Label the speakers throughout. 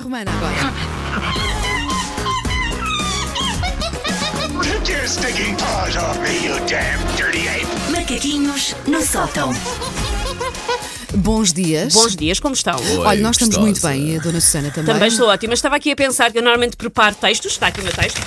Speaker 1: Romana agora.
Speaker 2: Take your stinking paws off me, you damn dirty ape!
Speaker 3: Macaquinhos no sótão.
Speaker 1: Bons dias.
Speaker 4: Bons dias, como estão?
Speaker 1: Olha, nós estamos muito
Speaker 5: gostosa.
Speaker 1: bem, e a Dona Susana também. É
Speaker 4: Também estou ótima. Estava aqui a pensar que eu normalmente preparo textos, está aqui o meu texto.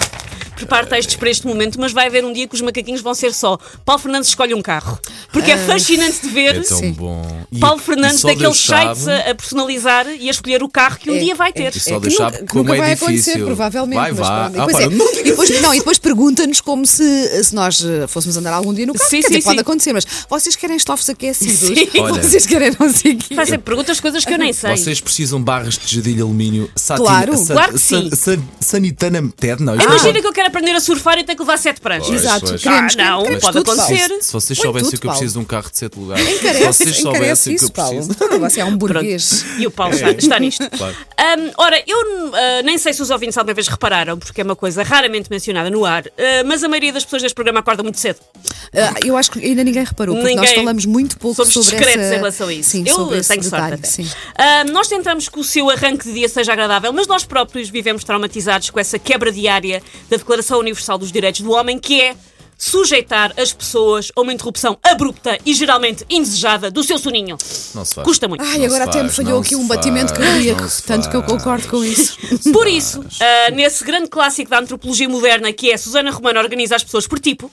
Speaker 4: Preparo textos para este momento, mas vai haver um dia que os macaquinhos vão ser só. Paulo Fernandes escolhe um carro. Porque é fascinante de ver
Speaker 5: É tão
Speaker 1: Sim.
Speaker 5: bom. E-
Speaker 4: Paulo
Speaker 5: e
Speaker 4: Fernandes
Speaker 5: só Deus
Speaker 4: daqueles
Speaker 5: sabe-
Speaker 1: eh,
Speaker 4: sites a, a personalizar e a escolher o carro que um
Speaker 1: É,
Speaker 4: dia vai
Speaker 1: é.
Speaker 4: ter.
Speaker 5: E só
Speaker 1: que
Speaker 5: Deus
Speaker 1: nunca-
Speaker 5: sabe como
Speaker 1: nunca
Speaker 5: é
Speaker 1: vai
Speaker 5: difícil.
Speaker 1: acontecer, provavelmente.
Speaker 5: Vai,
Speaker 1: mas
Speaker 5: vá.
Speaker 1: pronto. E
Speaker 5: Ah,
Speaker 1: depois,
Speaker 5: pá,
Speaker 1: é-
Speaker 5: eu nunca
Speaker 1: e depois- não, e depois pergunta-nos como se, se nós eh, fôssemos andar algum dia no carro.
Speaker 4: Sim,
Speaker 1: Quer dizer,
Speaker 4: sim,
Speaker 1: pode
Speaker 4: sim.
Speaker 1: acontecer, mas vocês querem estofos aquecidos?
Speaker 4: Sim.
Speaker 5: Olha.
Speaker 1: Vocês querem não sei o quê?
Speaker 4: Fazem perguntas, coisas que eu nem sei.
Speaker 5: Vocês precisam barras de gerilho de alumínio satin,
Speaker 1: Claro.
Speaker 5: sa-
Speaker 4: Claro que
Speaker 5: sa-
Speaker 4: sim.
Speaker 5: sa- sanitana meter, não. isto é
Speaker 4: Imagina
Speaker 5: não.
Speaker 4: que eu quero aprender a surfar e tenho que levar sete pranchas.
Speaker 5: Ah! Pois,
Speaker 1: Exato,
Speaker 5: pois.
Speaker 1: queremos,
Speaker 4: Ah, não,
Speaker 1: queremos
Speaker 4: pode
Speaker 1: tudo, Paulo.
Speaker 4: acontecer.
Speaker 5: Se vocês
Speaker 1: Põe
Speaker 5: soubessem
Speaker 1: tudo,
Speaker 5: que eu
Speaker 1: Paulo.
Speaker 5: preciso de um carro de 7 lugares.
Speaker 1: Encarece,
Speaker 5: se vocês
Speaker 1: encarece
Speaker 5: soubessem
Speaker 1: isso,
Speaker 5: que eu preciso.
Speaker 1: Paulo. Você é um burguês.
Speaker 4: E o Paulo está, está nisto.
Speaker 5: Claro.
Speaker 4: Ahm, ora, eu ah, nem sei se os ouvintes alguma vez repararam, porque é uma coisa raramente mencionada no ar, ah, mas a maioria das pessoas deste programa acorda muito cedo.
Speaker 1: Ah, eu acho que ainda ninguém reparou, porque nós
Speaker 4: Ninguém.
Speaker 1: falamos muito pouco
Speaker 4: Somos
Speaker 1: sobre
Speaker 4: discretos
Speaker 1: essa...
Speaker 4: em relação a isso.
Speaker 1: Sim,
Speaker 4: eu
Speaker 1: sobre esse
Speaker 4: tenho sorte
Speaker 1: detalhe,
Speaker 4: até.
Speaker 1: sim.
Speaker 4: Ah, nós tentamos que o seu arranque de dia seja agradável, mas nós próprios vivemos traumatizados com essa quebra diária da Declaração Universal dos Direitos do Homem, que é sujeitar as pessoas a uma interrupção abrupta e geralmente indesejada do seu soninho.
Speaker 5: Não se faz.
Speaker 4: Custa muito.
Speaker 1: Ai,
Speaker 5: Não
Speaker 1: agora
Speaker 5: se
Speaker 1: até me
Speaker 5: faz,
Speaker 1: falhou
Speaker 5: não
Speaker 1: aqui
Speaker 5: se
Speaker 1: um batimento
Speaker 5: faz,
Speaker 1: cardíaco,
Speaker 5: não se
Speaker 1: tanto que eu
Speaker 5: faz.
Speaker 1: concordo com isso.
Speaker 4: Por isso, ah, nesse grande clássico da antropologia moderna que é Susana Romana organiza as pessoas por tipo,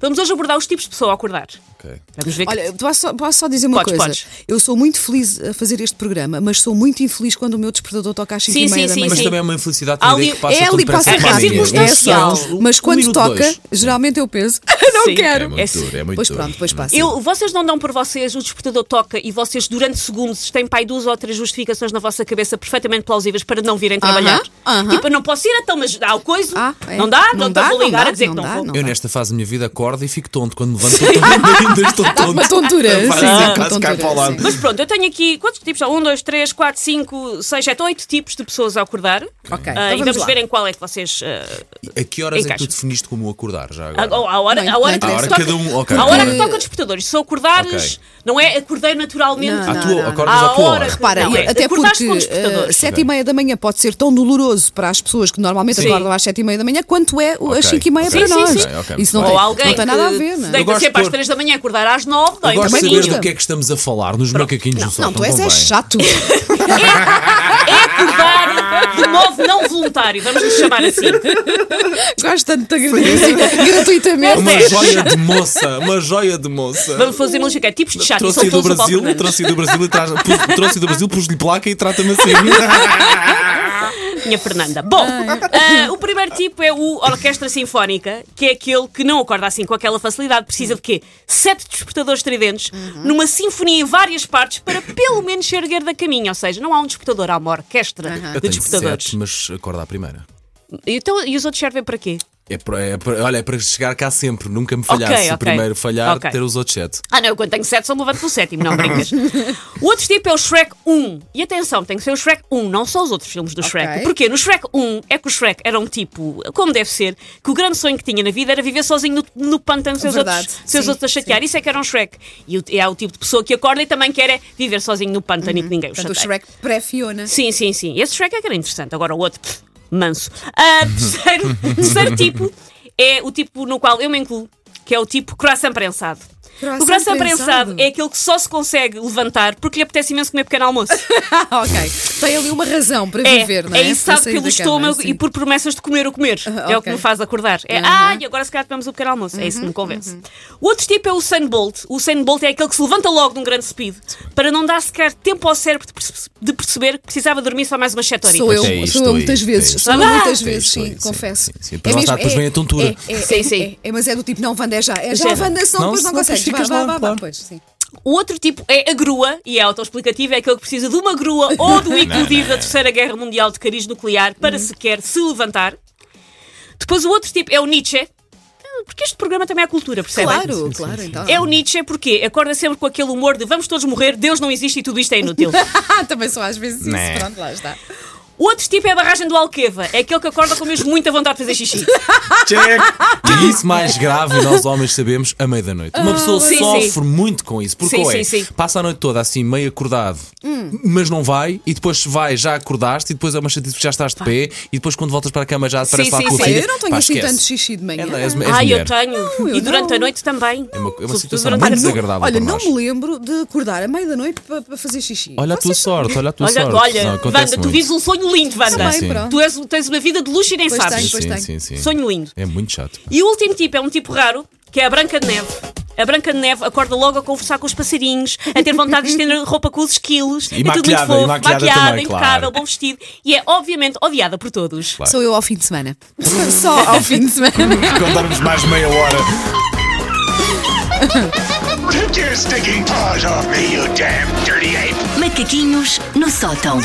Speaker 4: vamos hoje abordar os tipos de pessoa ao acordar.
Speaker 5: Ok.
Speaker 4: Vamos ver que-
Speaker 1: Olha, posso só, posso só dizer uma
Speaker 4: Podes,
Speaker 1: coisa?
Speaker 4: podes.
Speaker 1: Eu sou muito feliz a fazer este programa, mas sou muito infeliz quando o meu despertador toca às 5
Speaker 4: Sim,
Speaker 1: e meia
Speaker 4: sim,
Speaker 1: da
Speaker 4: sim,
Speaker 1: manhã.
Speaker 5: Mas
Speaker 4: sim.
Speaker 5: também é uma infelicidade
Speaker 4: Há
Speaker 5: quando
Speaker 4: ali-
Speaker 5: é que passa
Speaker 1: é
Speaker 5: tudo
Speaker 1: ali passa
Speaker 5: depressa para
Speaker 4: rápido.
Speaker 5: amanhã.
Speaker 4: É
Speaker 1: circunstancial,
Speaker 4: só
Speaker 1: mas
Speaker 5: um
Speaker 1: quando
Speaker 5: minuto,
Speaker 1: toca,
Speaker 5: dois.
Speaker 1: geralmente eu penso, "Ah, não
Speaker 4: Sim.
Speaker 1: quero.
Speaker 5: É
Speaker 4: É
Speaker 5: muito
Speaker 4: sim.
Speaker 5: duro, é muito
Speaker 1: Pois
Speaker 5: duro.
Speaker 1: pronto, depois passa.
Speaker 4: Eu, vocês não dão por vocês, o despertador toca e vocês, durante segundos, têm pai duas ou três justificações na vossa cabeça perfeitamente plausíveas para não virem trabalhar.
Speaker 1: aham.
Speaker 4: Tipo, eu não posso ir, então, mas há o coisa.
Speaker 1: Ah, é.
Speaker 4: Não dá?
Speaker 1: Não
Speaker 4: Não,
Speaker 1: dá,
Speaker 4: então vou
Speaker 1: não
Speaker 4: ligar
Speaker 1: dá,
Speaker 4: a dizer
Speaker 1: não
Speaker 4: que não
Speaker 1: dá,
Speaker 4: vou.
Speaker 1: não.
Speaker 5: Eu nesta fase da minha vida acordo e fico tonto. Quando levanto, estou tonto. Ainda estou tonto.
Speaker 1: Uma tontura. sim,
Speaker 5: Quase-
Speaker 1: sim, com
Speaker 5: quase cai
Speaker 1: tontura,
Speaker 5: para o lado.
Speaker 1: sim.
Speaker 4: Mas pronto, eu tenho aqui quantos tipos? Há Um, dois, três, quatro, cinco, seis, sete, oito tipos de pessoas a acordar.
Speaker 1: Ok,
Speaker 4: Ah,
Speaker 1: então
Speaker 4: e
Speaker 1: vamos
Speaker 4: vamos
Speaker 1: lá.
Speaker 4: ver em qual é que vocês. ah,
Speaker 5: A que horas é que
Speaker 4: Encaixa.
Speaker 5: tu definiste como o acordar já
Speaker 4: A,
Speaker 5: agora?
Speaker 4: ou a hora,
Speaker 1: Não,
Speaker 4: a hora
Speaker 1: não
Speaker 4: que
Speaker 1: interessa.
Speaker 4: toca,
Speaker 5: Cada um, ok.
Speaker 4: a hora
Speaker 1: Porque-
Speaker 4: que toca o despertador. E Se acordares,
Speaker 5: Ok.
Speaker 4: não é acordei naturalmente.
Speaker 1: Não,
Speaker 5: Ah,
Speaker 1: não,
Speaker 5: tu
Speaker 1: não, não.
Speaker 5: acordas
Speaker 4: À
Speaker 5: à tua
Speaker 4: hora.
Speaker 5: hora.
Speaker 1: Repara,
Speaker 4: Não,
Speaker 1: e
Speaker 4: é,
Speaker 1: até
Speaker 4: acordaste
Speaker 1: porque
Speaker 4: com o despertador.
Speaker 1: eh, sete e meia da manhã pode ser tão doloroso para as pessoas que normalmente
Speaker 5: Sim.
Speaker 1: acordam às sete e meia da manhã quanto é o- as
Speaker 5: Ok,
Speaker 1: cinco e meia
Speaker 5: ok.
Speaker 1: para
Speaker 4: Sim,
Speaker 1: nós.
Speaker 4: sim,
Speaker 5: sim. Ok, ok,
Speaker 1: Isso não,
Speaker 5: muito
Speaker 4: Ou
Speaker 5: bem.
Speaker 1: tem,
Speaker 4: alguém
Speaker 1: não tem nada a
Speaker 4: que
Speaker 1: ver.
Speaker 4: se
Speaker 1: Não. é?
Speaker 5: Eu
Speaker 4: deita
Speaker 5: gosto
Speaker 4: sempre
Speaker 5: de
Speaker 4: às
Speaker 5: pôr-
Speaker 4: três da manhã, acordar às nove, dá
Speaker 5: Eu gosto de
Speaker 1: também
Speaker 5: saber
Speaker 1: custa.
Speaker 5: do que é que estamos a falar nos macaquinhos do sol.
Speaker 1: Não, tu és é chato.
Speaker 4: É, é acordar de modo não voluntário, vamos lhe chamar assim.
Speaker 1: Gosto tanto de te agradecer gratuitamente.
Speaker 5: Uma joia de moça, uma joia de moça.
Speaker 4: Vamos fazer uma música, é tipo tipos de chato, e são
Speaker 5: Trouxe do
Speaker 4: todos o Paulo
Speaker 5: Brasil,
Speaker 4: Fernandes.
Speaker 5: trouxe do Brasil e traz, pus- trouxe do Brasil, pus-lhe placa e trata-me assim.
Speaker 4: Minha Fernanda. Bom, ah, o primeiro tipo é o orquestra sinfónica, que é aquele que não acorda assim com aquela facilidade. Precisa de quê? Sete despertadores tridentes numa sinfonia em várias partes para pelo menos se erguer da caminha. Ou seja, não há um despertador, há uma orquestra
Speaker 5: Eu
Speaker 4: de
Speaker 5: tenho
Speaker 4: despertadores.
Speaker 5: sete, mas acorda à primeira.
Speaker 4: Então, e os outros servem para quê?
Speaker 5: É pra, é pra- olha, é para chegar cá sempre, nunca me falhar.
Speaker 4: Ok,
Speaker 5: Se o
Speaker 4: ok.
Speaker 5: primeiro falhar,
Speaker 4: Ok.
Speaker 5: ter os outros sete.
Speaker 4: Ah, não, eu quando tenho 7 só me levanto pelo sétimo, não brincas. o outro tipo é o Shrek 1. E atenção, tem que ser o Shrek 1, não só os outros filmes do Shrek.
Speaker 1: Ok.
Speaker 4: Porque no Shrek 1 é que o Shrek era um tipo, como deve ser, que o grande sonho que tinha na vida era viver sozinho no, no pântano, seus,
Speaker 1: Verdade,
Speaker 4: outros, seus
Speaker 1: sim,
Speaker 4: outros a chatear. Isso é que era um Shrek. E o- é o tipo de pessoa que acorda e também quer é viver sozinho no pântano e que ninguém o
Speaker 1: Uhum. Portanto, o
Speaker 4: chateia.
Speaker 1: Shrek pré-Fiona.
Speaker 4: Sim, sim, sim. Esse Shrek é que era interessante. Agora o outro, pff, manso. Ah, terceiro, terceiro tipo é o tipo no qual eu me incluo, que é o tipo coração prensado.
Speaker 1: Croissant
Speaker 4: o coração
Speaker 1: prensado?
Speaker 4: prensado é aquele que só se consegue levantar porque lhe apetece imenso comer pequeno almoço.
Speaker 1: Ah, ok. Tem ali uma razão para
Speaker 4: É,
Speaker 1: viver, não é?
Speaker 4: é isso
Speaker 1: Para
Speaker 4: sabe
Speaker 1: sair
Speaker 4: pelo
Speaker 1: da cama,
Speaker 4: estômago
Speaker 1: sim.
Speaker 4: e por promessas de comer o comer.
Speaker 1: Ah,
Speaker 4: É o
Speaker 1: ok. Uhum,
Speaker 4: que me faz acordar. É, ah, e agora se calhar comemos o pequeno almoço. é isso que me convence. O outro tipo é o Usain Bolt. O Usain Bolt é aquele que se levanta logo de um grande speed para não dar sequer tempo ao cérebro de, perce- de perceber que precisava dormir só mais umas 7 horas.
Speaker 1: Sou eu,
Speaker 5: É isto
Speaker 1: sou eu
Speaker 5: aí,
Speaker 1: muitas
Speaker 5: é
Speaker 1: vezes.
Speaker 5: isto.
Speaker 1: sou eu
Speaker 4: Ah!
Speaker 1: muitas
Speaker 5: É
Speaker 1: vezes,
Speaker 5: isto aí,
Speaker 1: sim,
Speaker 5: sim,
Speaker 1: confesso.
Speaker 5: sim, sim. Depois lá está, depois vem a tontura.
Speaker 1: É, é,
Speaker 4: Sim,
Speaker 1: é,
Speaker 4: sim.
Speaker 1: é, é, mas é do tipo, não, Vanda já. É já, Vanda,
Speaker 4: Sim.
Speaker 1: só
Speaker 5: Não,
Speaker 1: depois não
Speaker 5: senão depois
Speaker 1: consegues. Vá,
Speaker 5: ficas
Speaker 1: vá,
Speaker 5: lá,
Speaker 1: vá, vá,
Speaker 5: claro.
Speaker 1: pois, sim.
Speaker 4: O outro tipo é a grua, e é autoexplicativo, é aquele que precisa de uma grua ou de um
Speaker 5: Não,
Speaker 4: eclodívio
Speaker 5: não, Uhum.
Speaker 4: da Terceira Guerra Mundial de cariz nuclear para sequer se levantar. Depois o outro tipo é o Nietzsche, porque este programa também é cultura, percebem?
Speaker 1: Claro, claro, então.
Speaker 4: É o Nietzsche porque acorda sempre com aquele humor de vamos todos morrer, Deus não existe e tudo isto é inútil.
Speaker 1: Ah, também só às vezes isso.
Speaker 5: Né.
Speaker 1: Pronto, lá está.
Speaker 4: O outro tipo é a barragem do Alqueva. É aquele que acorda com mesmo muita vontade de fazer xixi.
Speaker 2: Check.
Speaker 5: E é isso mais grave, nós homens sabemos, a meio da noite. Uma pessoa
Speaker 4: Ah, sim,
Speaker 5: sofre
Speaker 4: sim.
Speaker 5: muito com isso. Porque
Speaker 4: Sim,
Speaker 5: ou é,
Speaker 4: sim, Hum. sim.
Speaker 5: passa a noite toda assim, meio acordado, mas não vai, e depois vai, já acordaste, e depois é uma chatice que já estás de pé, e depois quando voltas para a cama já aparece
Speaker 4: Sim,
Speaker 5: lá
Speaker 4: sim,
Speaker 5: com a
Speaker 4: sim.
Speaker 5: filha.
Speaker 1: Eu não tenho
Speaker 5: Pá,
Speaker 1: assim
Speaker 5: esquece.
Speaker 1: tanto xixi de manhã.
Speaker 5: É, és- és
Speaker 4: Ai,
Speaker 5: mulher.
Speaker 4: eu tenho.
Speaker 1: Não, eu
Speaker 4: e durante
Speaker 1: não.
Speaker 4: a noite também.
Speaker 5: É uma- é uma
Speaker 4: Sobretudo
Speaker 5: situação
Speaker 4: durante
Speaker 5: muito
Speaker 4: a noite.
Speaker 5: desagradável
Speaker 1: Olha,
Speaker 5: para
Speaker 1: não
Speaker 5: nós.
Speaker 1: me lembro de acordar à meia da noite para, para fazer xixi.
Speaker 5: Olha a tua
Speaker 1: Vocês-
Speaker 5: sorte, olha a tua
Speaker 4: Olha,
Speaker 5: sorte.
Speaker 4: olha,
Speaker 5: Não,
Speaker 4: Wanda,
Speaker 5: acontece
Speaker 4: tu
Speaker 5: muito.
Speaker 4: vives um sonho lindo, Wanda.
Speaker 1: Também,
Speaker 5: Sim.
Speaker 1: pronto.
Speaker 4: Tu és- tens uma vida de luxo e nem
Speaker 1: Pois
Speaker 4: sabes.
Speaker 1: tenho, pois
Speaker 5: Sim,
Speaker 1: tenho.
Speaker 5: sim, sim.
Speaker 4: Sonho lindo.
Speaker 5: É muito chato.
Speaker 4: E o último tipo é um tipo raro, que é a Branca de Neve. A Branca de Neve acorda logo a conversar com os passarinhos, a ter vontade de estender roupa com os esquilos.
Speaker 5: E
Speaker 4: é tudo muito
Speaker 5: maquilhada,
Speaker 4: fofo,
Speaker 5: e maquilhada também,
Speaker 4: impecável,
Speaker 5: claro.
Speaker 4: bom vestido. E é, obviamente, odiada por todos.
Speaker 1: Sou eu ao fim de semana. Só ao fim de semana.
Speaker 5: Contarmos mais meia hora.
Speaker 2: Take your stinking paws off me, you damn dirty ape!
Speaker 3: Macaquinhos no sótão.